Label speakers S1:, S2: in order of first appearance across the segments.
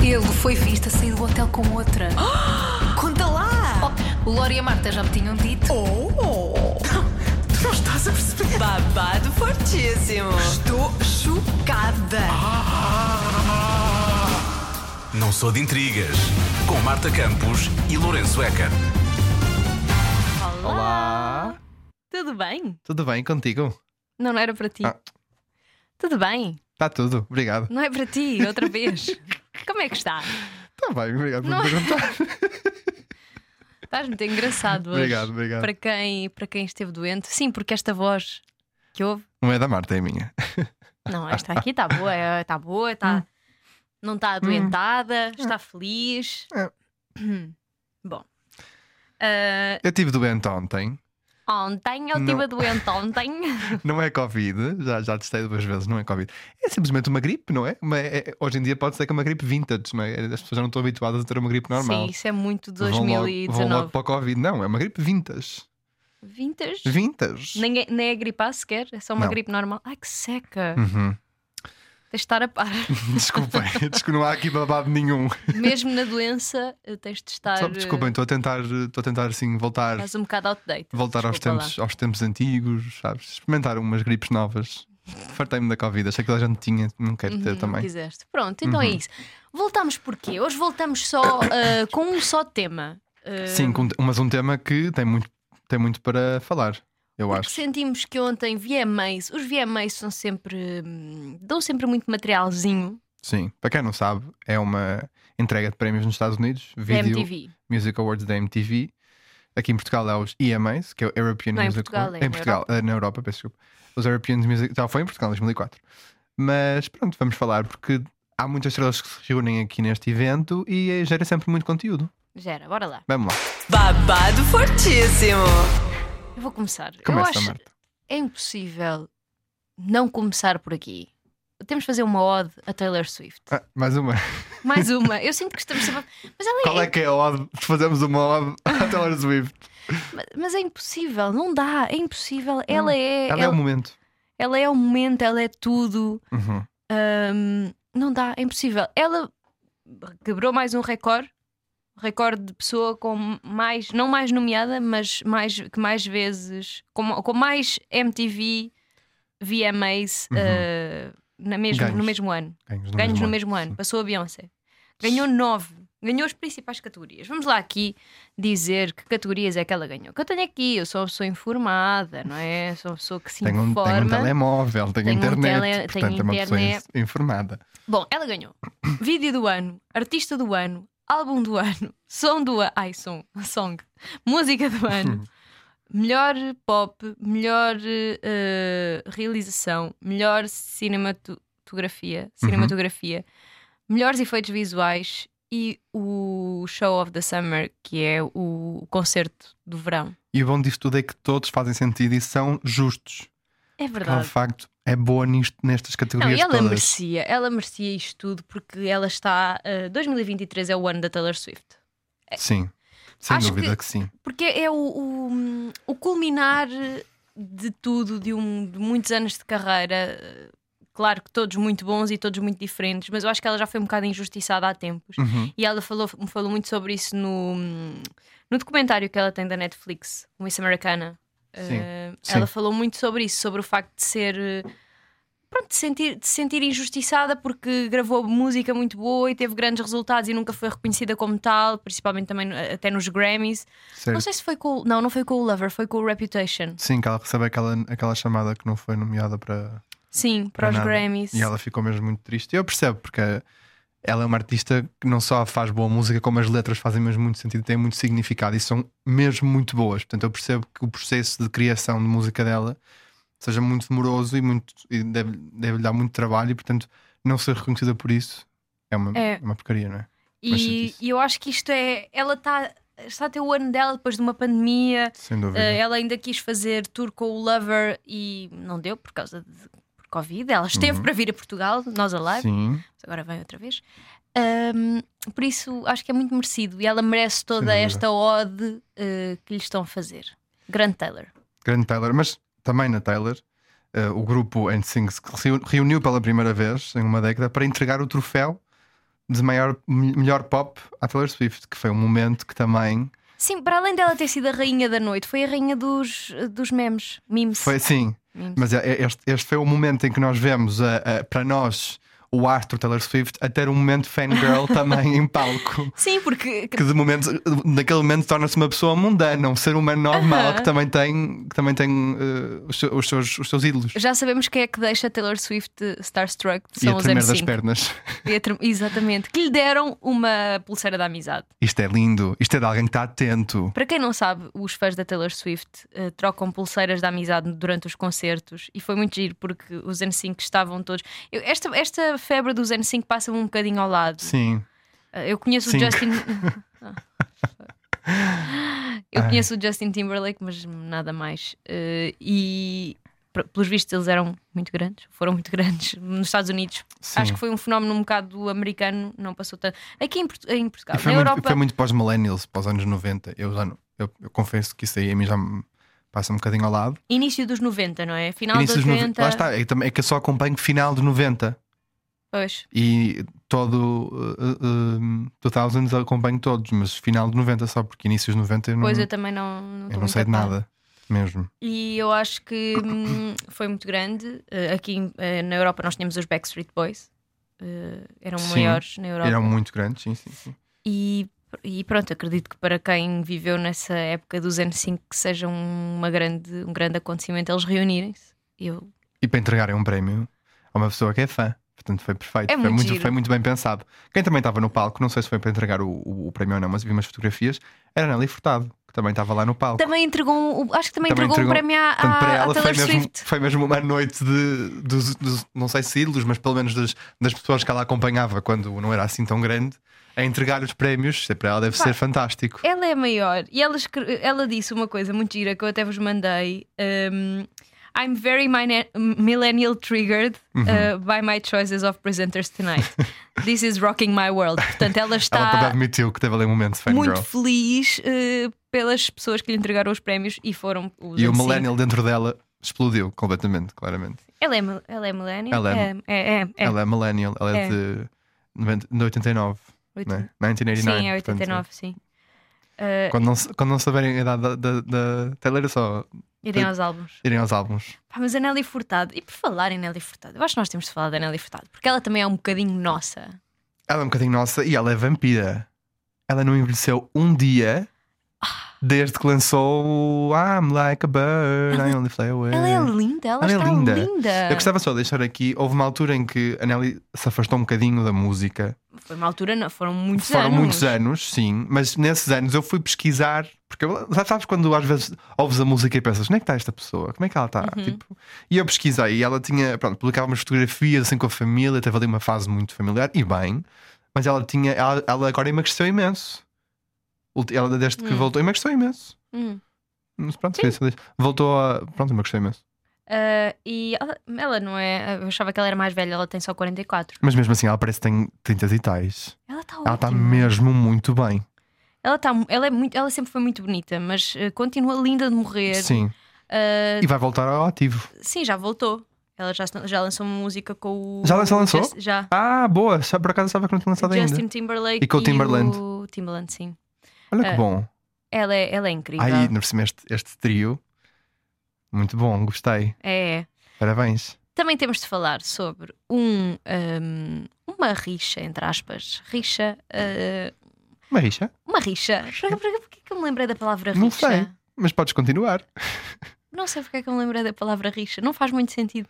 S1: Ele foi visto a sair do hotel com outra.
S2: Conta lá!
S1: Oh, o Lori e a Marta já me tinham dito.
S2: Oh!
S3: Tu não estás a perceber?
S2: Babado fortíssimo!
S3: Estou chocada.
S4: Não sou de intrigas. Com Marta Campos e Lourenço Eker.
S5: Olá!
S6: Tudo bem?
S5: Tudo bem contigo?
S6: Não, não era para ti.
S5: Ah.
S6: Tudo bem?
S5: Está Tá tudo, obrigado.
S6: Não é para ti, outra vez. Como é que está?
S5: Está Tá bem, obrigado por
S6: Não
S5: me
S6: é-
S5: perguntar.
S6: Estás muito engraçado hoje.
S5: Obrigado, obrigado.
S6: Para quem, para quem esteve doente. Sim, porque esta voz que houve.
S5: Não é da Marta, é minha. Ah.
S6: Não, esta aqui está boa, é- está boa, está. Não está adoentada, está feliz.
S5: Hum. Ah. É.
S6: Bom. Ah,
S5: Eu estive doente ontem,
S6: ontem eu
S5: Não.
S6: estive doente ontem.
S5: não é Covid, já, já testei duas vezes, não é Covid. É simplesmente uma gripe, não é? Uma- é- é- hoje em dia pode ser que é uma gripe vintage, não é? As pessoas já não estão habituadas a ter uma gripe normal.
S6: Sim, isso é muito
S5: Vão logo- Vão
S6: 2019.
S5: logo para o Covid. Não, é uma gripe vintage.
S6: Vintas?
S5: Vintage.
S6: Nem, é- nem é gripar sequer, é só uma
S5: Não.
S6: gripe normal. Ai que seca!
S5: Uhum.
S6: Tens de estar a par.
S5: Desculpem, desculpa, não há aqui babado nenhum.
S6: Mesmo na doença, eh, tens de estar.
S5: Só-
S6: eh,
S5: Desculpem, estou a tentar, estou a tentar assim voltar
S6: Estás um bocado outdated.
S5: voltar aos
S6: Desculpa
S5: tempos, aos tempos antigos, sabes? Experimentar umas gripes novas. Fartei-me da Covid, achei que toda a gente tinha, não quero
S6: Uhum,
S5: ter
S6: não
S5: também. Uhum.
S6: quiseste. Pronto, então é isso. Voltamos porquê? Hoje voltamos só eh, com um só tema. Eh,
S5: Sim, com- mas um tema que tem muito, tem muito para falar, eu
S6: porque
S5: acho.
S6: sentimos que ontem VMAs, os VMAs são sempre. hum, dão sempre muito materialzinho
S5: Sim, para quem não sabe, é uma entrega de prémios nos Estados Unidos,
S6: da
S5: Video
S6: MTV.
S5: Music Awards da MTV. Aqui em Portugal é os EMAs, que é o European
S6: Não, em
S5: Music
S6: Portugal,
S5: Awards.
S6: é
S5: em
S6: na
S5: Portugal, eh, na Europa, peço desculpa. Os European Music. Já foi em Portugal em 2004. Mas pronto, vamos falar, porque há muitas estrelas que se reúnem aqui neste evento e eh, gera sempre muito conteúdo.
S6: Gera, bora lá.
S5: Vamos lá.
S2: Babado fortíssimo!
S6: Eu vou começar.
S5: Começa,
S6: Eu acho
S5: Marta.
S6: é impossível não começar por aqui. Temos de fazer uma ode a Taylor Swift.
S5: Ah, mais uma.
S6: Mais uma. Eu sinto que estamos sempre. Mas ela
S5: Qual é que é a ode? Fazemos uma ode à Taylor Swift.
S6: Mas é impossível, não dá, é impossível. Ela é,
S5: Ela é o momento.
S6: ela é o momento, ela é tudo.
S5: Uhum.
S6: Ahm, não dá, é impossível. Ela quebrou mais um recorde, recorde de pessoa com mais, não mais nomeada, mas mais, que mais vezes, com, com mais MTV VMAs
S5: Uhum.
S6: ah, na mesmo, no
S5: Ganhos.
S6: mesmo ano.
S5: Ganhos no
S6: Ganhos
S5: mesmo
S6: no
S5: ano.
S6: mesmo ano, passou a Beyoncé. Ganhou nove, ganhou as principais categorias. Vamos lá aqui dizer que categorias é que ela ganhou. Que eu tenho aqui, eu sou uma pessoa informada, não é? Sou uma pessoa que se
S5: Tenho um,
S6: informa.
S5: tenho um telemóvel, tenho,
S6: Tenho um
S5: internet,
S6: tele- tenho
S5: portanto é uma pessoa
S6: internet.
S5: in- informada.
S6: Bom, ela ganhou vídeo do ano, artista do ano, álbum do ano, som do ano, ai, som, song, música do ano,
S5: Uhum.
S6: melhor pop, melhor eh, realização, melhor cinematografia,
S5: Uhum.
S6: cinematografia, melhores efeitos visuais e o Show of the Summer, que é o concerto do verão.
S5: E o bom disto tudo é que todos fazem sentido e são justos.
S6: É
S5: Ela, de
S6: verdade.
S5: facto, é boa nisto, nestas
S6: Não,
S5: categorias
S6: e ela
S5: todas.
S6: merecia, ela merecia isto tudo porque ela está. eh, 2023 é o ano da Taylor Swift.
S5: Sim, sem
S6: Acho
S5: dúvida
S6: que-
S5: que... sim.
S6: Porque é o, o, o culminar de tudo, de, um- de muitos anos de carreira. eh, Claro que todos muito bons e todos muito diferentes, mas eu acho que ela já foi um bocado injustiçada há tempos.
S5: Uhum.
S6: E ela falou, falou muito sobre isso no, no documentário que ela tem da Netflix, um Miss Americana.
S5: Sim,
S6: Eh,
S5: sim.
S6: Ela falou muito sobre isso, sobre o facto de ser. eh, Pronto, de, sentir, de se sentir injustiçada porque gravou música muito boa e teve grandes resultados e nunca foi reconhecida como tal, principalmente também eh, até nos Grammys. Não
S5: Certo.
S6: sei se foi com. o- Não, não foi com o Lover, foi com o Reputation.
S5: Sim, que ela recebe aquela, aquela chamada que não foi nomeada para,
S6: Sim, para,
S5: para
S6: os
S5: é nada.
S6: Grammys.
S5: E ela ficou mesmo muito triste. Eu percebo, porque ela é uma artista que não só faz boa música, como as letras fazem mesmo muito sentido, têm muito significado e são mesmo muito boas. Portanto, eu percebo que o processo de criação de música dela seja muito demoroso e, muito, e deve, deve lhe dar muito trabalho e, portanto, não ser reconhecida por isso é uma,
S6: É.
S5: uma porcaria, não é?
S6: E,
S5: Mas chatice.
S6: e eu acho que isto é. Ela está. Está a ter o ano dela depois de uma pandemia.
S5: Sem dúvida.
S6: Eh, ela ainda quis fazer tour com o Lover e não deu por causa de por Covid. Ela esteve para vir a Portugal, nós a é live,
S5: Uhum. Sim,
S6: mas agora vem outra vez. Ahm, por isso acho que é muito merecido e ela merece toda
S5: dúvida.
S6: esta ode eh, que lhe estão a fazer. Grande Taylor.
S5: grande Taylor, mas também na Taylor. eh, o grupo NSYNC se reu- reuniu pela primeira vez em uma década para entregar o troféu de maior, me- melhor pop à Taylor Swift, que foi um momento que também
S6: Sim, para além dela ter sido a rainha da noite, foi a rainha dos, dos memes, memes.
S5: foi assim.
S6: Memes.
S5: Mas é- é- este, este foi o momento em que nós vemos, a- a- para nós, o astro Taylor Swift a ter um momento fangirl também em palco.
S6: Sim, porque tipo,
S5: Que de momento, naquele momento torna-se uma pessoa mundana, um ser humano normal
S6: Aham.
S5: que também tem, que também tem eh, os, seu- os seus, os seus ídolos.
S6: já sabemos quem é que deixa Taylor Swift starstruck,
S5: e a
S6: são os
S5: tremer das
S6: M5.
S5: pernas.
S6: E a trem- Exatamente, que lhe deram uma pulseira da amizade.
S5: Isto é lindo, isto é de alguém que está atento.
S6: Para quem não sabe, os fãs da Taylor Swift eh, trocam pulseiras de amizade durante os concertos e foi muito giro porque os N5 estavam todos. Eu- esta, esta febre dos N5 passa-me um bocadinho ao lado.
S5: Sim.
S6: Eh, eu conheço
S5: Cinco.
S6: o Justin. Ah, eu conheço o Justin Timberlake, mas nada mais. Eh, e pr- pelos vistos eles eram muito grandes, foram muito grandes nos Estados Unidos.
S5: Sim.
S6: Acho que foi um fenómeno um bocado americano, não passou tanto. Aqui em, Port- em Portugal,
S5: E foi
S6: na
S5: muito,
S6: Europa.
S5: foi muito para os millennials, para os anos 90. Eu, já não- eu, eu confesso que isso aí a mim já me passa um bocadinho ao lado.
S6: Início dos 90, não é? Final
S5: Início
S6: dos
S5: dos
S6: 90.
S5: noven- Lá está, é, também- é que eu só acompanho final de 90
S6: Pois.
S5: e todo uh, uh, um, 2000 eu acompanho todos, mas final de 90 só, porque inícios de 90 eu não,
S6: Pois eu também não, não,
S5: Uhum. eu
S6: tô
S5: não
S6: muito
S5: sei de
S6: a par.
S5: nada mesmo.
S6: E eu acho que hum, foi muito grande. Eh, aqui eh, na Europa nós tínhamos os Backstreet Boys. Eh, eram
S5: Sim,
S6: maiores na Europa.
S5: Eram muito grandes, sim, sim. sim.
S6: E, e pronto, acredito que para quem viveu nessa época dos anos 5 que seja uma grande, um grande acontecimento eles reunirem-se. Eu,
S5: E para entregarem um prémio a uma pessoa que é fã. Portanto, foi perfeito.
S6: É
S5: foi,
S6: muito
S5: muito,
S6: giro.
S5: foi muito bem pensado. Quem também estava no palco, não sei se foi para entregar o, o- o prémio ou não, mas vi umas fotografias, era a Nelly Furtado, que também estava lá no palco.
S6: também entregou, um- acho que também,
S5: Também
S6: entregou, um
S5: entregou-
S6: prémio à,
S5: Portanto, para
S6: à- à
S5: ela foi
S6: Taylor
S5: mesmo,
S6: Swift.
S5: foi mesmo uma noite de, dos, dos- não sei se ídolos, mas pelo menos das, das pessoas que ela acompanhava quando não era assim tão grande, a entregar os prémios. é, Para ela deve ser fantástico.
S6: Ela é maior e ela, escre- ela disse uma coisa muito gira que eu até vos mandei. um, I'm very mine- millennial triggered
S5: Uhum.
S6: uh, by my choices of presenters tonight. This is rocking my world. Portanto, ela
S5: Ela própria
S6: está
S5: admitiu que teve ali um momento de fangirl.
S6: muito feliz uh, pelas pessoas que lhe entregaram os prémios e foram os
S5: E o
S6: NSYNC.
S5: millennial dentro dela explodiu completamente, claramente.
S6: Ela é, mil- ela é millennial?
S5: Ela é-
S6: é, é, é, é.
S5: Ela é millennial, ela é,
S6: É.
S5: de, 90, de 89,
S6: Oito-
S5: né?
S6: Sim,
S5: 1989.
S6: é 89,
S5: portanto, né?
S6: sim. Uh,
S5: quando, não, se- quando não saberem a idade da, da, da Taylor, é só
S6: irem aos álbuns.
S5: irem aos álbuns.
S6: Pá, mas a Nelly Furtado, e por falar em Nelly Furtado, eu acho que nós temos de falar da Nelly Furtado, porque ela também é um bocadinho nossa.
S5: Ela é um bocadinho nossa e ela é vampira. Ela não envelheceu um dia
S6: Ah.
S5: desde que lançou o I'm Like a Bird, I Only Fly Away.
S6: Ela é linda, ela,
S5: Ela é
S6: está
S5: linda.
S6: linda.
S5: Eu gostava só de deixar aqui, houve uma altura em que a Nelly se afastou um bocadinho da música.
S6: Foi uma altura, não, foram muitos
S5: Foram
S6: anos.
S5: muitos anos, sim, mas nesses anos eu fui pesquisar, porque eu- já sabes quando às vezes ouves a música e pensas, como é que está esta pessoa? Como é que ela está?
S6: Uhum.
S5: Tipo, e eu pesquisei e ela tinha, pronto, publicava umas fotografias assim com a família, teve ali uma fase muito familiar e bem, mas ela tinha, ela, ela agora emagreceu imenso. Ulti- Ela desde que voltou, emagreceu imenso.
S6: Hum.
S5: Mas Pronto, foi isso, voltou a. Pronto, emagreceu imenso.
S6: Ah, e ela, ela não é. Eu achava que ela era mais velha, ela tem só 44.
S5: Mas mesmo assim, ela parece que tem 30 e tais.
S6: Ela está
S5: Ela tá está
S6: ótima.
S5: mesmo muito bem.
S6: Ela, está mu- ela, é muito, ela sempre foi muito bonita, mas eh, continua linda de morrer.
S5: Sim.
S6: Ah,
S5: E vai voltar ao ativo.
S6: sim, já voltou. Ela já, já lançou uma música com o.
S5: Já lançou- lançou?
S6: Just- já.
S5: Ah, boa. Sabe, por acaso estava que não tinha lançado ainda.
S6: Justin Timberlake
S5: E com o Timberland.
S6: o Timberland, sim.
S5: Olha que
S6: Ah,
S5: bom.
S6: Ela é, ela é incrível.
S5: Aí, ainda por cima, este, este trio. Muito bom, gostei.
S6: É. é.
S5: Parabéns.
S6: Também temos de falar sobre um, um, uma rixa, entre aspas. Rixa. uh,
S5: Uma rixa?
S6: uma rixa. Porquê, porquê, porquê que eu me lembrei da palavra rixa?
S5: Não sei. Mas podes continuar.
S6: Não sei porque é que eu me lembrei da palavra rixa. Não faz muito sentido.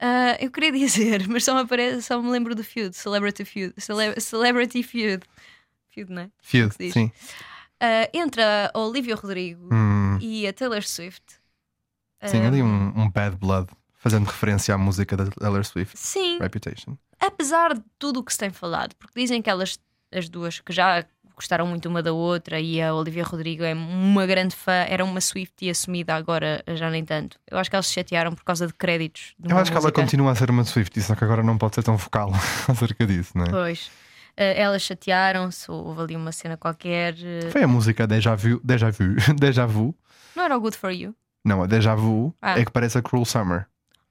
S6: Uh, eu queria dizer, mas só me, aparece, só me lembro do feud. Celebrity feud. Cele- celebrity feud. Feud, não é?
S5: Field,
S6: diz.
S5: sim.
S6: Uh, entre a Olivia Rodrigo
S5: Hum,
S6: e a Taylor Swift.
S5: sim,
S6: Uh,
S5: ali um, um bad blood. Fazendo referência à música da Taylor Swift,
S6: Sim,
S5: Reputation.
S6: apesar de tudo o que se tem falado, porque dizem que elas, as duas, que já gostaram muito uma da outra e a Olivia Rodrigo é uma grande fã, era uma Swift e assumida agora já nem tanto. Eu acho que elas se chatearam por causa de créditos. de
S5: Eu
S6: uma
S5: acho que ela
S6: música.
S5: continua a ser uma Swift, só que agora não pode ser tão vocal acerca disso, não é?
S6: Pois. Eh, elas chatearam-se, ou houve ali uma cena qualquer. eh,
S5: Foi a música Deja Vu, Deja Vu, Deja Vu.
S6: Não era o Good For You?
S5: Não, a Deja Vu
S6: Ah.
S5: é que parece a Cruel Summer.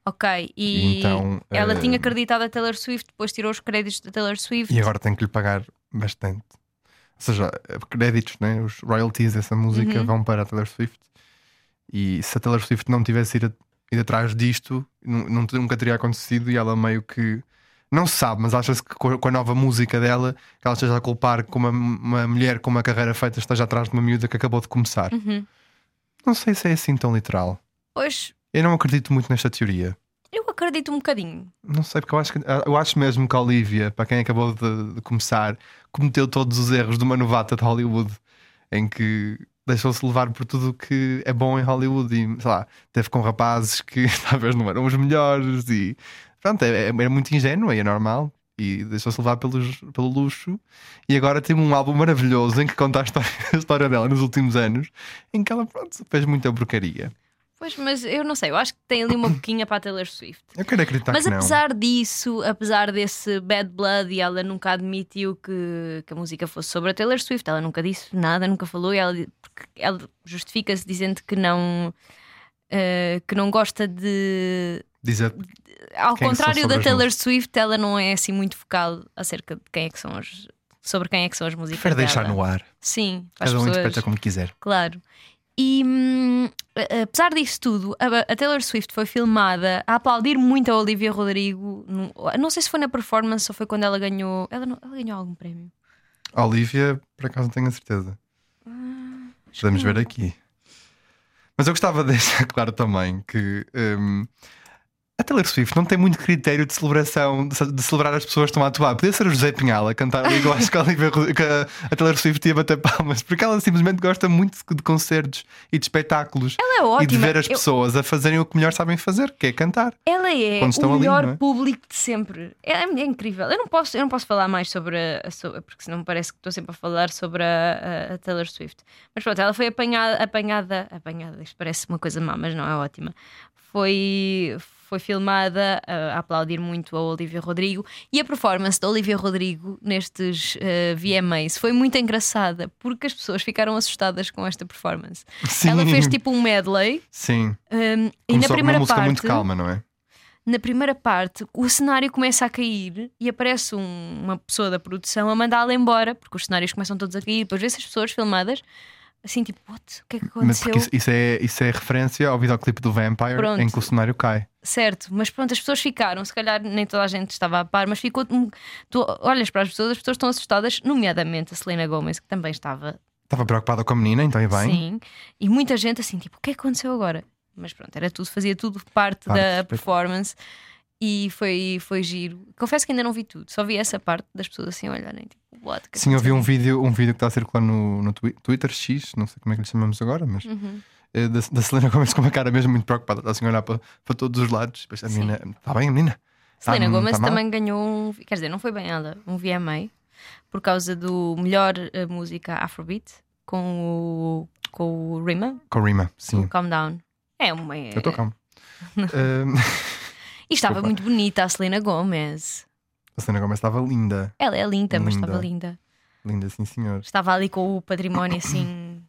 S6: Ok, e
S5: Então,
S6: ela
S5: eh,
S6: tinha acreditado a Taylor Swift, depois tirou os créditos da Taylor Swift.
S5: E agora tenho que lhe pagar bastante. Ou seja, créditos, né? os royalties dessa música vão para a Taylor Swift. E se a Taylor Swift não tivesse ido, ido atrás disto, nu- nu- nunca teria acontecido. E ela meio que não sabe, mas acha-se que co- com a nova música dela, que ela esteja a culpar que uma, uma mulher com uma carreira feita esteja atrás de uma miúda que acabou de começar.
S6: Uhum.
S5: Não sei se é assim tão literal.
S6: Pois
S5: Eu não acredito muito nesta teoria.
S6: eu acredito um bocadinho.
S5: Não sei, porque eu acho, que- eh, eu acho mesmo que a Olivia, para quem acabou de, de começar, cometeu todos os erros de uma novata de Hollywood, em que deixou-se levar por tudo o que é bom em Hollywood e, sei lá, teve com rapazes que talvez não eram os melhores e. Pronto, é- é- era muito ingênua e é normal. E deixou-se levar pelos, pelo luxo. E agora tem um álbum maravilhoso em que conta a história, a história dela nos últimos anos, em que ela, pronto, fez muita porcaria.
S6: Pois, mas eu não sei, eu acho que tem ali uma boquinha para a Taylor Swift.
S5: Eu quero acreditar
S6: Mas
S5: Tá que não.
S6: apesar disso, apesar desse bad blood, e ela nunca admitiu que, que a música fosse sobre a Taylor Swift, ela nunca disse nada, nunca falou, e ela, porque ela justifica-se dizendo que não. eh, que não gosta de.
S5: Diz a-
S6: Ao
S5: Quem é são
S6: contrário
S5: sobre
S6: da
S5: as
S6: Taylor Swift, ela não é assim muito focal acerca de quem é que são as. sobre quem é que são as músicas.
S5: Prefere deixar
S6: dela.
S5: no ar.
S6: Sim, para as
S5: Cada um
S6: pessoas.
S5: interpreta como quiser.
S6: Claro. E hum, a- apesar disso tudo, a, a Taylor Swift foi filmada a aplaudir muito a Olivia Rodrigo. num- não sei se foi na performance ou foi quando ela ganhou. Ela, não- ela ganhou algum prémio.
S5: A Olivia, por acaso, não tenho a certeza.
S6: Ah,
S5: Podemos ver aqui. Mas eu gostava de deixar claro também que hum, a Taylor Swift não tem muito critério de celebração, de ce- de celebrar as pessoas que estão a atuar. Podia ser o José Pinhal a cantar ali, eu acho que a, Olivia Rodrigo- que a- a Taylor Swift ia bater palmas, porque ela simplesmente gosta muito de concertos e de espetáculos
S6: Ela é
S5: e de
S6: ótima.
S5: ver as
S6: Eu-
S5: pessoas a fazerem o que melhor sabem fazer, que é cantar.
S6: ela é
S5: quando estão
S6: o
S5: ali,
S6: melhor
S5: não é?
S6: público de sempre. É, é incrível. Eu não, posso, eu não posso falar mais sobre a, a so- porque senão me parece que estou sempre a falar sobre a, a- a Taylor Swift. Mas pronto, ela foi apanhada, apanhada, apanhada, isto parece uma coisa má, mas não é ótima. Foi, foi filmada a, a aplaudir muito a Olivia Rodrigo e a performance da Olivia Rodrigo nestes eh, VMAs foi muito engraçada porque as pessoas ficaram assustadas com esta performance.
S5: Sim,
S6: Ela fez tipo um medley
S5: Sim.
S6: um, e na
S5: Começou com uma
S6: primeira
S5: música
S6: parte
S5: muito calma, não é?
S6: na primeira parte, o cenário começa a cair e aparece um- uma pessoa da produção a mandá-la embora, porque os cenários começam todos a cair. Depois vê-se as pessoas filmadas, assim tipo, what? O que é que
S5: Mas
S6: aconteceu?
S5: porque isso, isso é, isso é referência ao videoclipe do Vampire
S6: Pronto.
S5: em que o cenário cai.
S6: Certo, mas pronto, as pessoas ficaram. Se calhar nem toda a gente estava a par, mas ficou. hum, Tu olhas para as pessoas, as pessoas estão assustadas, nomeadamente a Selena Gomez, que também estava
S5: Estava preocupada com a menina, então e bem.
S6: sim, e muita gente assim, tipo, o que é que aconteceu agora? Mas pronto, era tudo, fazia tudo parte,
S5: Parte
S6: da
S5: do
S6: performance e foi, foi giro. Confesso que ainda não vi tudo, só vi essa parte das pessoas assim a olharem, tipo, what? o que
S5: Sim, eu vi
S6: aconteceu
S5: um
S6: aqui?"
S5: vídeo, um vídeo que está a circular no, no Twi- Twitter X, não sei como é que lhe chamamos agora, mas
S6: Uhum.
S5: eh, da, da Selena Gomez com uma cara mesmo muito preocupada, está assim a olhar para, para todos os lados. Depois, a menina, está tá bem a menina? Está-
S6: Selena
S5: não
S6: Gomez
S5: está mal?"
S6: também ganhou um, quer dizer, não foi bem ela, um VMA por causa do melhor eh, música Afrobeat com o, com o Rima,
S5: Com a Rima,
S6: o
S5: sim.
S6: Calm Down. É uma.
S5: Eu estou calmo. Ehm,
S6: E estava
S5: Desculpa.
S6: muito bonita a Selena Gomez.
S5: a Selena Gomez estava linda,
S6: Ela é linda, mas
S5: Linda.
S6: estava linda.
S5: linda, sim senhor.
S6: Estava ali com o património assim.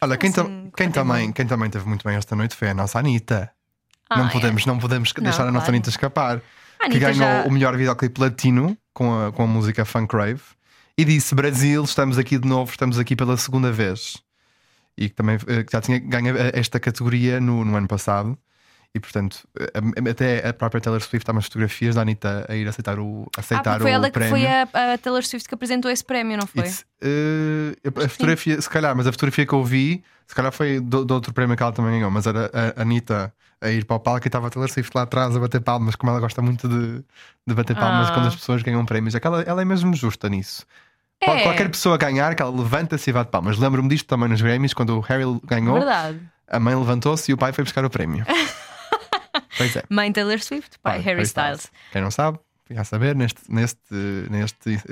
S5: Olha, quem, tam-
S6: Assim,
S5: quem,
S6: contém
S5: também,
S6: muito.
S5: quem também teve muito bem esta noite foi a nossa Anitta.
S6: Ah,
S5: não,
S6: é.
S5: podemos, não podemos deixar a nossa
S6: claro.
S5: Anitta escapar.
S6: A
S5: que
S6: Anitta
S5: ganhou
S6: já.
S5: o melhor videoclipe latino com a, com a música Funk Rave e disse: Brasil, estamos aqui de novo, estamos aqui pela segunda vez. E que também eh, que já tinha ganho eh, esta categoria no, no ano passado. E portanto, eh, a- até a própria Taylor Swift está umas fotografias da Anitta a ir aceitar o,
S6: Ah,
S5: aceitar
S6: porque foi
S5: o
S6: ela que
S5: prémio.
S6: foi a, a Taylor Swift que apresentou esse prémio, não
S5: E
S6: foi?
S5: disse, eh, a- a fotografia, se calhar, mas a fotografia que eu vi, se calhar foi do, do outro prémio que ela também ganhou, mas era a Anitta a ir para o palco e estava a Taylor Swift lá atrás a bater palmas, como ela gosta muito de, de bater palmas
S6: Ah.
S5: quando as pessoas ganham prémios. É que ela, ela é mesmo justa nisso. Pode
S6: É.
S5: qualquer pessoa ganhar, que ela levanta-se e bate palmas. Lembro-me disto também nos Grammys, quando o Harry ganhou,
S6: Verdade.
S5: a mãe levantou-se e o pai foi buscar o prémio. pois é.
S6: Mãe Taylor Swift, pai, Harry Styles.
S5: Quem não sabe, fica a saber, neste, neste, neste,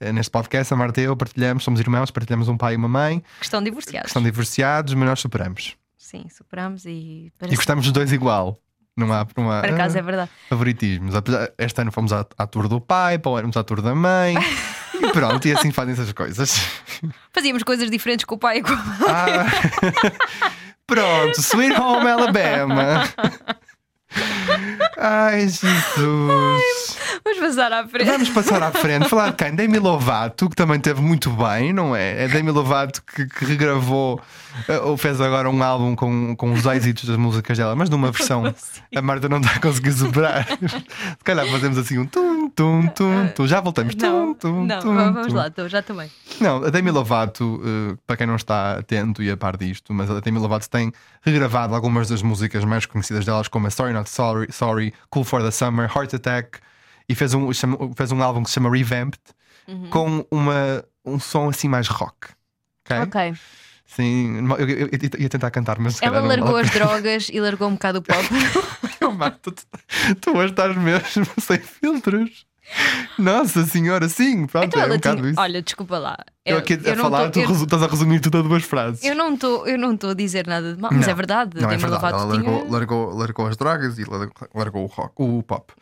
S5: eh, neste podcast, a Marta e eu partilhamos, somos irmãos, partilhamos um pai e uma mãe,
S6: Que estão divorciados.
S5: que são divorciados, mas nós superamos.
S6: Sim, superamos e
S5: E
S6: parece
S5: gostamos dos dois igual. Não há, não há
S6: por acaso
S5: ah,
S6: é verdade.
S5: favoritismos. Apesar- Este ano fomos à, à tour do pai, para o ano fomos à tour da mãe. E pronto, e assim fazem essas coisas.
S6: Fazíamos coisas diferentes com o pai e com a mãe.
S5: Ah, pronto, Sweet Home Alabama. Ai, Jesus.
S6: Vamos passar à frente.
S5: Vamos passar à frente, falar de quem? Demi Lovato, que também teve muito bem, não é? É Demi Lovato que, que regravou eh, ou fez agora um álbum com, com os êxitos das músicas dela, mas numa versão
S6: assim?
S5: a Marta não está a conseguir superar. Se calhar fazemos assim um tum, tum, tum, tum. Já voltamos.
S6: Não,
S5: tum, tum,
S6: não,
S5: tum,
S6: vamos
S5: tum.
S6: lá, estou- já estou bem.
S5: Não, a Demi Lovato, eh, para quem não está atento e a par disto, mas a Demi Lovato tem regravado algumas das músicas mais conhecidas delas, como a Sorry Not Sorry, Sorry Cool for the Summer, Heart Attack, e fez um, chama- fez um álbum que se chama Revamped,
S6: Uhum.
S5: com uma, um som assim mais rock. Ok?
S6: Ok.
S5: Sim, eu, eu- eu- eu ia tentar cantar, mas se
S6: Ela
S5: calhar não
S6: largou
S5: vale.
S6: as drogas e largou um bocado o pop.
S5: Marco, tu, tu- tu hoje estás mesmo sem filtros. Nossa senhora, sim, pronto,
S6: então
S5: é um
S6: ela
S5: bocado
S6: tinha.
S5: isso.
S6: Olha, desculpa lá.
S5: eu aqui a
S6: não
S5: falar,
S6: tô-
S5: tu
S6: eu-
S5: resu- estás a resumir tudo a duas frases.
S6: Eu não estou, eu não estou a dizer nada de mal, mas
S5: Não,
S6: é verdade.
S5: Não, é
S6: Demi
S5: verdade.
S6: Lovato
S5: Ela largou,
S6: tinha-
S5: largou, largou as drogas e lar- largou o, rock, o pop.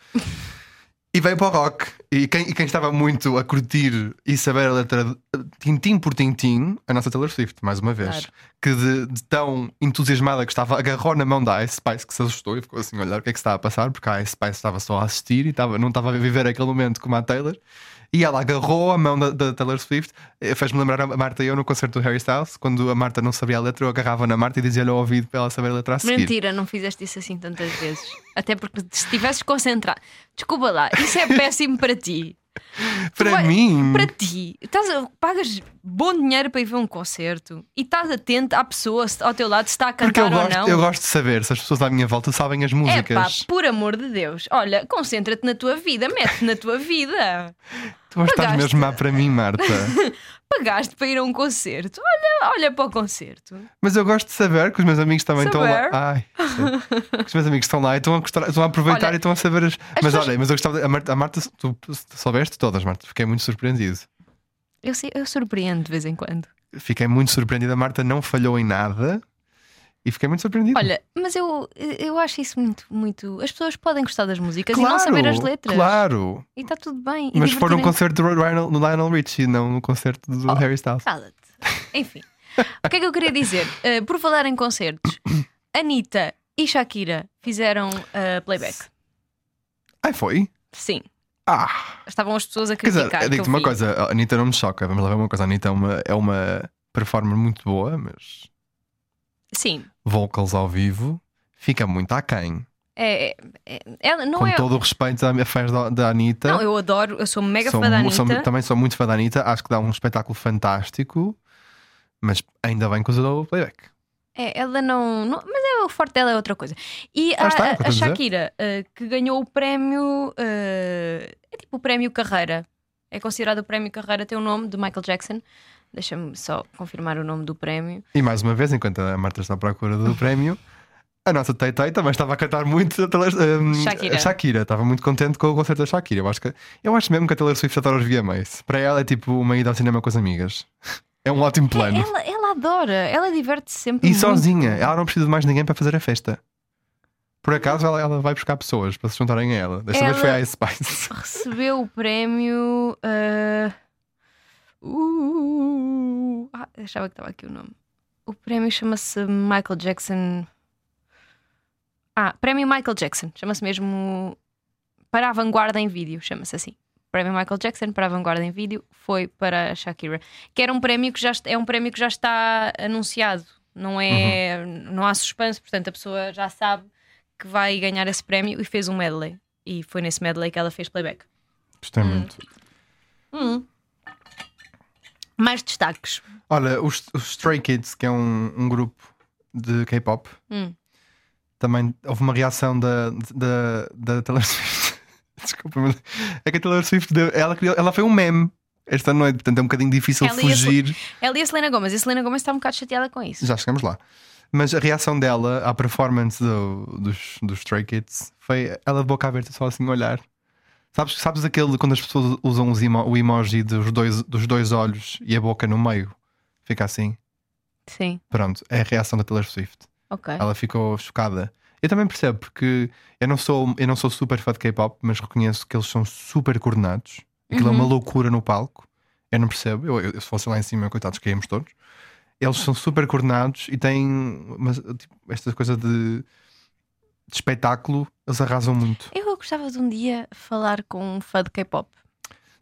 S5: e veio para o rock. E quem, e quem estava muito a curtir e saber a letra de- eh, tintim por tintim, a nossa Taylor Swift, mais uma vez,
S6: Claro.
S5: que de, de tão entusiasmada que estava, agarrou na mão da Ice Spice, que se assustou e ficou assim: a olhar o que é que está a passar, porque a Ice Spice estava só a assistir e estava, não estava a viver aquele momento como a Taylor. E ela agarrou a mão da, da Taylor Swift, eh, fez-me lembrar a Marta e eu no concerto do Harry Styles, quando a Marta não sabia a letra, eu agarrava na Marta e dizia-lhe ao ouvido para ela saber a letra a seguir.
S6: Mentira, não fizeste isso assim tantas vezes. Até porque se estivesses concentrado. Desculpa lá, isso é péssimo para ti. Tu
S5: Para
S6: vai-
S5: mim,
S6: Para ti, estás a- pagas bom dinheiro para ir ver um concerto e estás atento à pessoa se- ao teu lado se está a cantar
S5: porque eu
S6: ou
S5: gosto,
S6: não.
S5: eu gosto de saber se as pessoas à minha volta sabem as
S6: É pá,
S5: músicas.
S6: por amor de Deus. Olha, concentra-te na tua vida, mete-te na tua vida.
S5: tu hoje estás
S6: pagaste.
S5: mesmo má para mim, Marta.
S6: Pagaste para ir a um concerto. Olha, olha para o concerto.
S5: Mas eu gosto de saber que os meus amigos também estão lá.
S6: Saber.
S5: Ai, sim. que os meus amigos estão lá e estão a, gostar- estão a aproveitar
S6: Olha,
S5: e estão a saber as. mas
S6: pessoas-
S5: olha, mas eu gostava. de- A Marta, a Marta tu, tu soubeste todas, Marta. Fiquei muito surpreendido.
S6: Eu, sei- eu surpreendo de vez em quando.
S5: Fiquei muito surpreendido. A Marta não falhou em nada e fiquei muito surpreendido.
S6: Olha, mas eu, eu acho isso muito, muito. As pessoas podem gostar das músicas
S5: claro,
S6: e não saber as letras.
S5: Claro.
S6: E está tudo bem.
S5: Mas foi num
S6: um
S5: concerto do Lionel, do Lionel Richie, não no concerto
S6: Oh.
S5: do Harry Styles.
S6: Cala-te. Enfim. o que é que eu queria dizer? Uh, por falar em concertos, Anitta e Shakira fizeram uh, playback.
S5: Ai, foi?
S6: Sim.
S5: Ah!
S6: Estavam as pessoas a
S5: Quer
S6: criticar.
S5: dizer,
S6: que
S5: eu digo-te
S6: eu
S5: uma
S6: vi.
S5: coisa, a Anitta não me choca, vamos lá ver uma coisa. A Anitta é uma, é uma performer muito boa, mas
S6: Sim.
S5: vocals ao vivo fica muito aquém.
S6: É, é- é- ela não
S5: Com
S6: é.
S5: todo o respeito a fãs da, da Anitta.
S6: Não, eu adoro, eu sou mega
S5: Sou
S6: fã da
S5: mu-
S6: Anitta.
S5: sou mu- também sou muito fã da Anitta, acho que dá um espetáculo fantástico, mas ainda bem que usou o playback.
S6: É, ela não, não- Mas é, o forte dela é outra coisa. E
S5: Ah,
S6: a,
S5: está, é o que eu
S6: a- a
S5: estou a dizer.
S6: Shakira, eh, que ganhou o prémio. eh, é tipo o prémio Carreira. É considerado o prémio Carreira, tem o nome de Michael Jackson. Deixa-me só confirmar o nome do prémio.
S5: E mais uma vez, enquanto a Marta está à procura do prémio, a nossa Teitei também estava a cantar muito a Taylor- hum,
S6: Shakira.
S5: a Shakira. Estava muito contente com o concerto da Shakira. Eu acho, que, eu acho mesmo que a Taylor Swift adora os VMAs. Para ela é tipo uma ida ao cinema com as amigas. É um ótimo
S6: É,
S5: plano.
S6: ela, ela adora, ela diverte-se sempre.
S5: E
S6: muito.
S5: sozinha, ela não precisa de mais ninguém para fazer a festa. Por acaso ela, ela vai buscar pessoas para se juntarem a ela. Desta vez
S6: Ela-
S5: foi a Ice Spice.
S6: Recebeu o prémio. eh, uh, ah, achava que estava aqui o nome. O prémio chama-se Michael Jackson. Ah, prémio Michael Jackson. Chama-se mesmo. Para a vanguarda em vídeo, chama-se assim. Prémio Michael Jackson para a vanguarda em vídeo foi para a Shakira, que era um prémio que já est- é um prémio que já está anunciado, não é, não há suspense, portanto a pessoa já sabe que vai ganhar esse prémio e fez um medley e foi nesse medley que ela fez playback.
S5: Gostei muito. Hum.
S6: Mais destaques.
S5: Olha, os, os Stray Kids, que é um, um grupo de K-pop,
S6: Hum.
S5: também houve uma reação da, da, da Taylor Swift. Desculpa, mas é que a Taylor Swift deu- ela, criou- ela foi um meme esta noite, portanto é um bocadinho difícil
S6: Ela ia-
S5: fugir.
S6: Ela e a Selena Gomes. E a Selena Gomes está um bocado chateada com isso.
S5: Já chegamos lá. Mas a reação dela à performance do- dos, dos Stray Kids foi ela de boca aberta, só assim a olhar. Sabes, sabes aquele quando as pessoas usam os emo- o emoji dos dois, dos dois olhos e a boca no meio? Fica assim.
S6: Sim,
S5: Pronto, é a reação da Taylor Swift.
S6: ok.
S5: Ela ficou chocada. Eu também percebo, porque eu não sou, eu não sou super fã de K-pop, mas reconheço que eles são super coordenados. Aquilo é uma loucura no palco. Eu não percebo. Eu, eu- se fosse lá em cima, coitados, caímos todos. Eles são super coordenados e têm umas- tipo, estas coisas de de espetáculo, eles arrasam muito.
S6: Eu gostava de um dia falar com um fã de K-pop.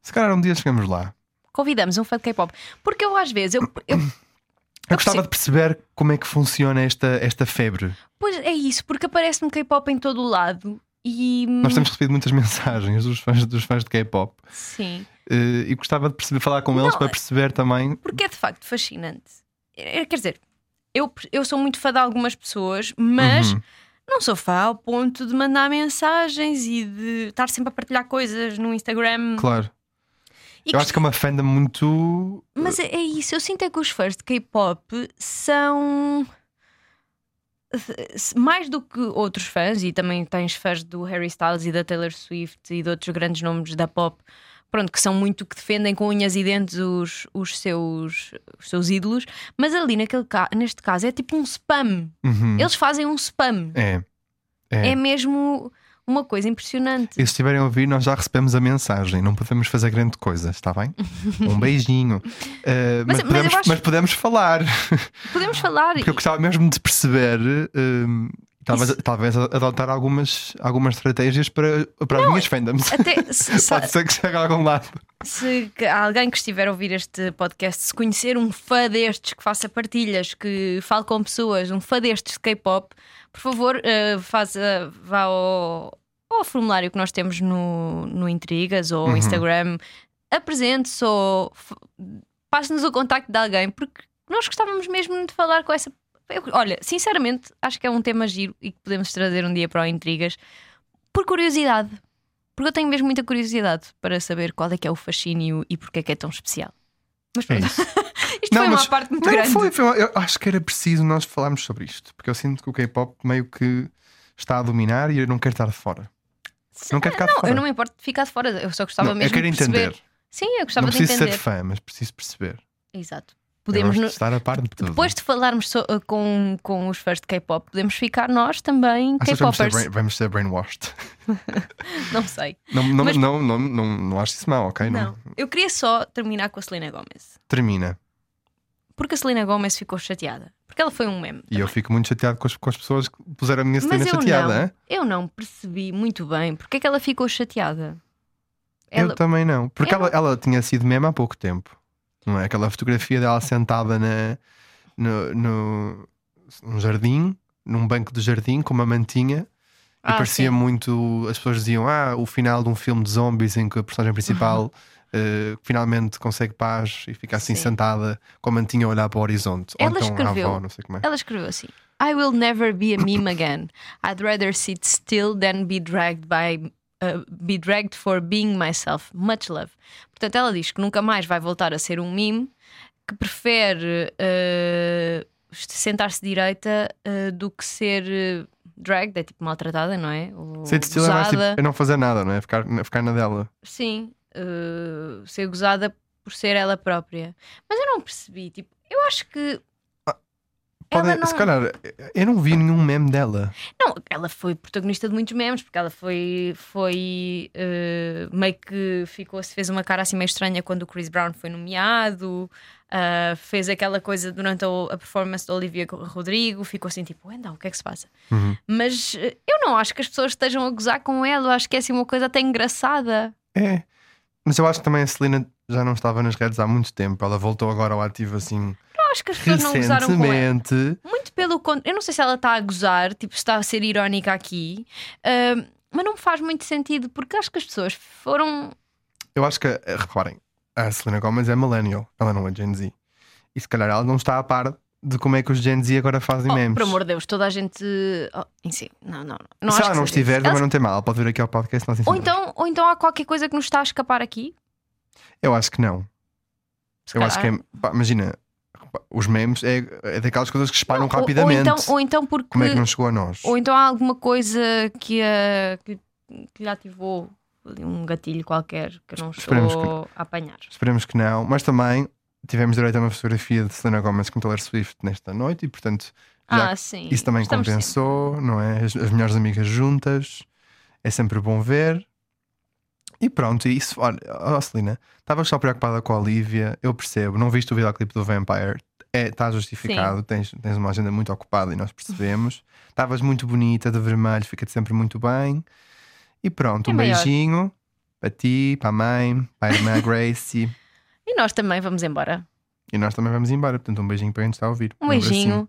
S5: Se calhar um dia chegamos lá.
S6: Convidamos um fã de K-pop. Porque eu, às vezes, eu, eu-
S5: Eu,
S6: Eu
S5: gostava de perceber como é que funciona esta, esta febre.
S6: Pois é isso, porque aparece-me K-pop em todo o lado e.
S5: Nós temos recebido muitas mensagens dos fãs, dos fãs de K-pop
S6: Sim.
S5: eh, e gostava de perceber, falar com eles
S6: Não,
S5: para perceber também.
S6: Porque é de facto fascinante. É, Quer dizer, eu, eu sou muito fã de algumas pessoas, mas
S5: Uhum.
S6: não sou fã ao ponto de mandar mensagens e de estar sempre a partilhar coisas no Instagram.
S5: Claro.
S6: Hum. E
S5: Eu acho que é uma fandom muito.
S6: Mas é, é isso, eu sinto é que os fãs de K-pop são mais do que outros fãs, e também tens fãs do Harry Styles e da Taylor Swift e de outros grandes nomes da pop, pronto, que são muito que defendem com unhas e dentes os, os, seus, os seus ídolos, mas ali naquele ca- neste caso é tipo um spam.
S5: Uhum.
S6: Eles fazem um spam.
S5: É.
S6: É,
S5: É.
S6: mesmo uma coisa impressionante.
S5: E se estiverem a ouvir, nós já recebemos a mensagem. Não podemos fazer grande coisa, está bem? Um beijinho. Eh,
S6: Mas-
S5: mas,
S6: mas eu
S5: podemos,
S6: acho-
S5: mas podemos falar.
S6: Podemos falar.
S5: Porque eu gostava mesmo de perceber. hum, Talvez,
S6: Isso-
S5: talvez adotar algumas, algumas estratégias para, para as minhas fandoms.
S6: Até se- se-
S5: Pode ser que chegue a algum lado.
S6: Se que- alguém que estiver a ouvir este podcast, se conhecer um fã destes que faça partilhas, que fale com pessoas, um fã destes de K-pop, por favor, eh, faça, vá ao, ao formulário que nós temos no, no Intrigas ou
S5: Uhum.
S6: Instagram, apresente-se ou f- passe-nos o contacto de alguém, porque nós gostávamos mesmo de falar com essa. eu- olha, sinceramente, acho que é um tema giro e que podemos trazer um dia para o Intrigas por curiosidade. Porque eu tenho mesmo muita curiosidade para saber qual é que é o fascínio e porque é que é tão especial. Mas
S5: É
S6: pronto,
S5: isso.
S6: isto foi uma parte muito
S5: Então não
S6: grande.
S5: Foi, foi uma- eu acho que era preciso nós falarmos sobre isto, porque eu sinto que o K-pop meio que está a dominar e eu não quero estar de fora.
S6: Se-
S5: Não quero ficar de
S6: Não,
S5: fora.
S6: eu não me importo de ficar de fora, eu só gostava
S5: Não, eu
S6: mesmo
S5: quero
S6: de perceber.
S5: entender.
S6: Sim, eu gostava
S5: Não
S6: de
S5: preciso
S6: entender.
S5: ser fã, mas preciso perceber.
S6: Exato.
S5: Podemos
S6: Podemos no-
S5: estar a par de tudo.
S6: Depois de falarmos so- eh, com, com os fãs de K-pop, podemos ficar nós também
S5: Achas que vamos ser, brain-
S6: K-popers.
S5: vamos ser brainwashed.
S6: Não sei.
S5: Não, não,
S6: Mas-
S5: não, não, não, não acho isso mal, ok?
S6: Não. Eu queria só terminar com a Selena Gomez.
S5: Termina.
S6: Porque a Selena Gomez ficou chateada. Porque ela foi um meme.
S5: E eu fico muito chateado com as, com as pessoas que puseram a minha cena
S6: Mas eu
S5: chateada.
S6: não,
S5: hein?
S6: eu não percebi muito bem porque é que ela ficou chateada. Ela-
S5: Eu também não. Porque
S6: Eu
S5: ela, ela tinha sido meme há pouco tempo. Não é? Aquela fotografia dela sentada na, no, no, num jardim, num banco de jardim, com uma mantinha. E
S6: Ah,
S5: parecia
S6: sim.
S5: muito. As pessoas diziam: Ah, o final de um filme de zombies em que a personagem principal eh, finalmente consegue paz e fica assim
S6: Sim.
S5: sentada com a mantinha a olhar para o horizonte.
S6: Ela
S5: Ou então
S6: escreveu-
S5: a avó, não sei como é.
S6: Ela escreveu assim: I will never be a meme again. I'd rather sit still than be dragged by. uh, be dragged for being myself. Much love. Portanto, ela diz que nunca mais vai voltar a ser um meme, que prefere uh, sentar-se direita uh, do que ser uh, dragged, é tipo maltratada, não é? Ou
S5: Ser de estilo é mais tipo,
S6: gozada.
S5: é não fazer nada, não é? Ficar, ficar na dela.
S6: Sim, eh, ser gozada por ser ela própria. Mas eu não percebi, tipo, eu acho que.
S5: Ah, Podem-
S6: ela não...
S5: Se calhar, eu não vi nenhum meme dela.
S6: não, ela foi protagonista de muitos memes, porque ela foi. foi eh, meio que ficou, se fez uma cara assim meio estranha quando o Chris Brown foi nomeado, ah, fez aquela coisa durante a, a performance da Olivia Rodrigo, ficou assim tipo, então, o que é que se passa?
S5: Uhum.
S6: Mas eh, eu não acho que as pessoas estejam a gozar com ela, eu acho que é assim uma coisa até engraçada.
S5: É. Mas eu acho que também a Celina já não estava nas redes há muito tempo. Ela voltou agora ao ativo assim
S6: Eu acho que as pessoas não gozaram com ela.
S5: recentemente.
S6: Muito pelo contrário, eu não sei se ela está a gozar, tipo, se está a ser irónica aqui, ahm, mas não me faz muito sentido porque acho que as pessoas foram. oh,
S5: Eu acho que, eh, reparem, a Celina Gomes é millennial, ela não é Gen Z. E se calhar ela não está a par de como é que os Gen Z agora fazem
S6: Oh,
S5: memes.
S6: por amor de Deus, toda a gente. Oh, em si, não, não, não. não
S5: se
S6: acho que
S5: ela não
S6: seja isso.
S5: estiver,
S6: Ela-
S5: também não tem mal. Ela pode vir aqui ao podcast. Nós
S6: ou,
S5: informamos.
S6: então, ou então há qualquer coisa que nos está a escapar aqui.
S5: Eu acho que não.
S6: se
S5: Eu acho que
S6: calhar.
S5: é. pá, imagina, pá, os memes é, é daquelas coisas que espalham
S6: Ou-
S5: rapidamente.
S6: Ou, então, ou então porque.
S5: Como é que não chegou a nós?
S6: Ou então há alguma coisa que, a- que, que lhe ativou um gatilho qualquer que eu não
S5: Esperemos
S6: estou a apanhar.
S5: Esperemos que não, mas também tivemos direito a uma fotografia de Selena Gomez com Taylor Swift nesta noite e, portanto, já
S6: Ah, sim.
S5: isso também
S6: Estamos sempre-
S5: compensou, não é? As, as melhores amigas juntas, é sempre bom ver. E pronto, e isso, olha, oh, Celina, estavas só preocupada com a Olivia, eu percebo, não viste o videoclipe do Vampire, Está justificado, tens, tens uma agenda muito ocupada e nós percebemos. Estavas muito bonita, de vermelho, fica-te sempre muito bem. E pronto,
S6: É
S5: um
S6: maior.
S5: beijinho para ti, para a mãe, para a irmã Gracie.
S6: E nós também vamos embora.
S5: E nós também vamos embora, portanto, um beijinho para quem nos está a ouvir.
S6: Um beijinho.
S5: abracinho.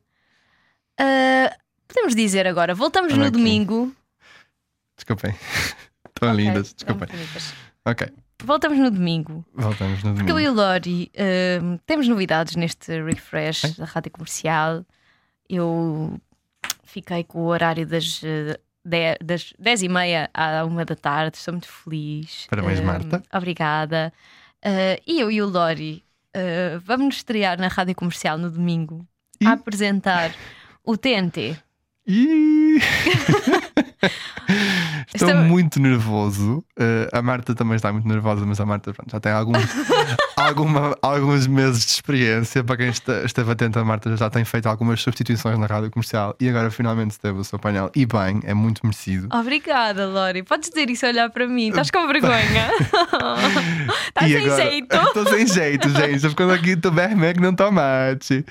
S6: Ah, podemos dizer agora, voltamos
S5: Olha
S6: no
S5: aqui.
S6: domingo.
S5: Desculpem. Estão lindas,
S6: Ok,
S5: desculpem.
S6: estão bonitas.
S5: Ok,
S6: Voltamos no domingo.
S5: voltamos no
S6: Porque eu e
S5: domingo.
S6: o Lori hum, temos novidades neste refresh da rádio comercial. Eu fiquei com o horário das, eh, de- das 10 e meia à 1 da tarde, estou muito feliz.
S5: Parabéns,
S6: Hum,
S5: Marta.
S6: Obrigada. Eh, e eu e o Lori eh, vamos nos estrear na rádio comercial no domingo a apresentar o TNT.
S5: Ih! Estou
S6: Estou-
S5: muito nervoso. Eh, a Marta também está muito nervosa, mas a Marta pronto, já tem alguns, alguma- alguns meses de experiência. Para quem este- esteve atento, a Marta já tem feito algumas substituições na rádio comercial e agora finalmente teve o seu painel. E bem, é muito merecido.
S6: Obrigada, Lori. Podes dizer isso a olhar para mim? Estás com vergonha? Estás
S5: E
S6: Tá sem
S5: agora-
S6: jeito.
S5: Estou sem jeito, gente. Estou ficando aqui do vermelho não tomate.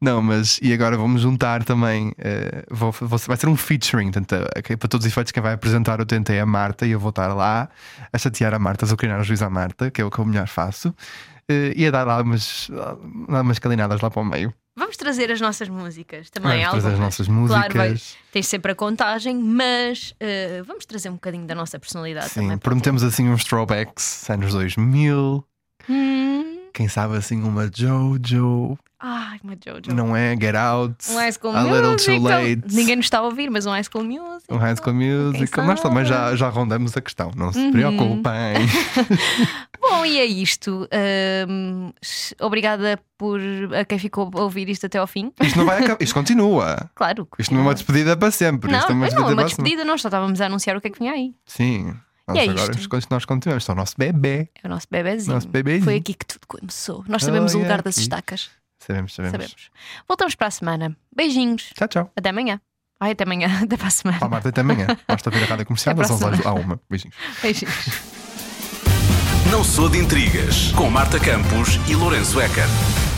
S5: Não, mas e agora vamos juntar também. eh, vou- vou- vai ser um featuring. Portanto, eh, que- para todos os efeitos, quem vai apresentar o TNT é a Marta e eu vou estar lá a chatear a Marta, a azucrinar o juiz à Marta, que é o que eu melhor faço. eh, e a dar lá umas, lá umas calinadas lá para o meio.
S6: Vamos trazer as nossas músicas também.
S5: Vamos trazer as
S6: algumas.
S5: nossas
S6: é né? Claro, vai-
S5: músicas.
S6: tens sempre a contagem, mas eh, vamos trazer um bocadinho da nossa personalidade
S5: Sim,
S6: também.
S5: prometemos assim uns throwbacks, anos 2000.
S6: Hum,
S5: Quem sabe assim uma JoJo.
S6: ai, uma Jojo.
S5: Não é? Get Out.
S6: Um High School
S5: A Little
S6: Music.
S5: Too Late.
S6: Ninguém nos está a ouvir, mas um High School Music.
S5: Um High School Music.
S6: Quem
S5: Nós
S6: sabe?
S5: também já, já rondamos a questão, não se
S6: Uhum.
S5: preocupem.
S6: Bom, e é isto. Ahm, s- obrigada por a quem ficou a ouvir isto até ao fim.
S5: Isto não vai acabar, isto continua.
S6: Claro. que-
S5: Isto não é uma despedida para sempre.
S6: Não,
S5: isto é uma
S6: mas não,
S5: despedida
S6: é uma
S5: para sempre.
S6: despedida, nós só estávamos a anunciar o que é que vinha aí.
S5: Sim. Nós
S6: E é
S5: agora
S6: isto.
S5: as coisas que nós continuamos. Isto é o nosso bebê.
S6: É o nosso bebezinho.
S5: Nosso bebezinho.
S6: Foi aqui que tudo começou. Nós sabemos
S5: Oh,
S6: o
S5: é
S6: lugar das
S5: aqui.
S6: estacas.
S5: Sabemos, sabemos.
S6: Sabemos. Voltamos para a semana. Beijinhos.
S5: Tchau, tchau.
S6: Até amanhã. Ai, até amanhã. Até para a semana.
S5: Para a Marta até amanhã. Basta vir a rádio comercial
S6: Até
S5: das
S6: para a
S5: 11 horas à 1. Beijinhos.
S6: Beijinhos.
S4: Não sou de intrigas com Marta Campos e Lourenço Eker.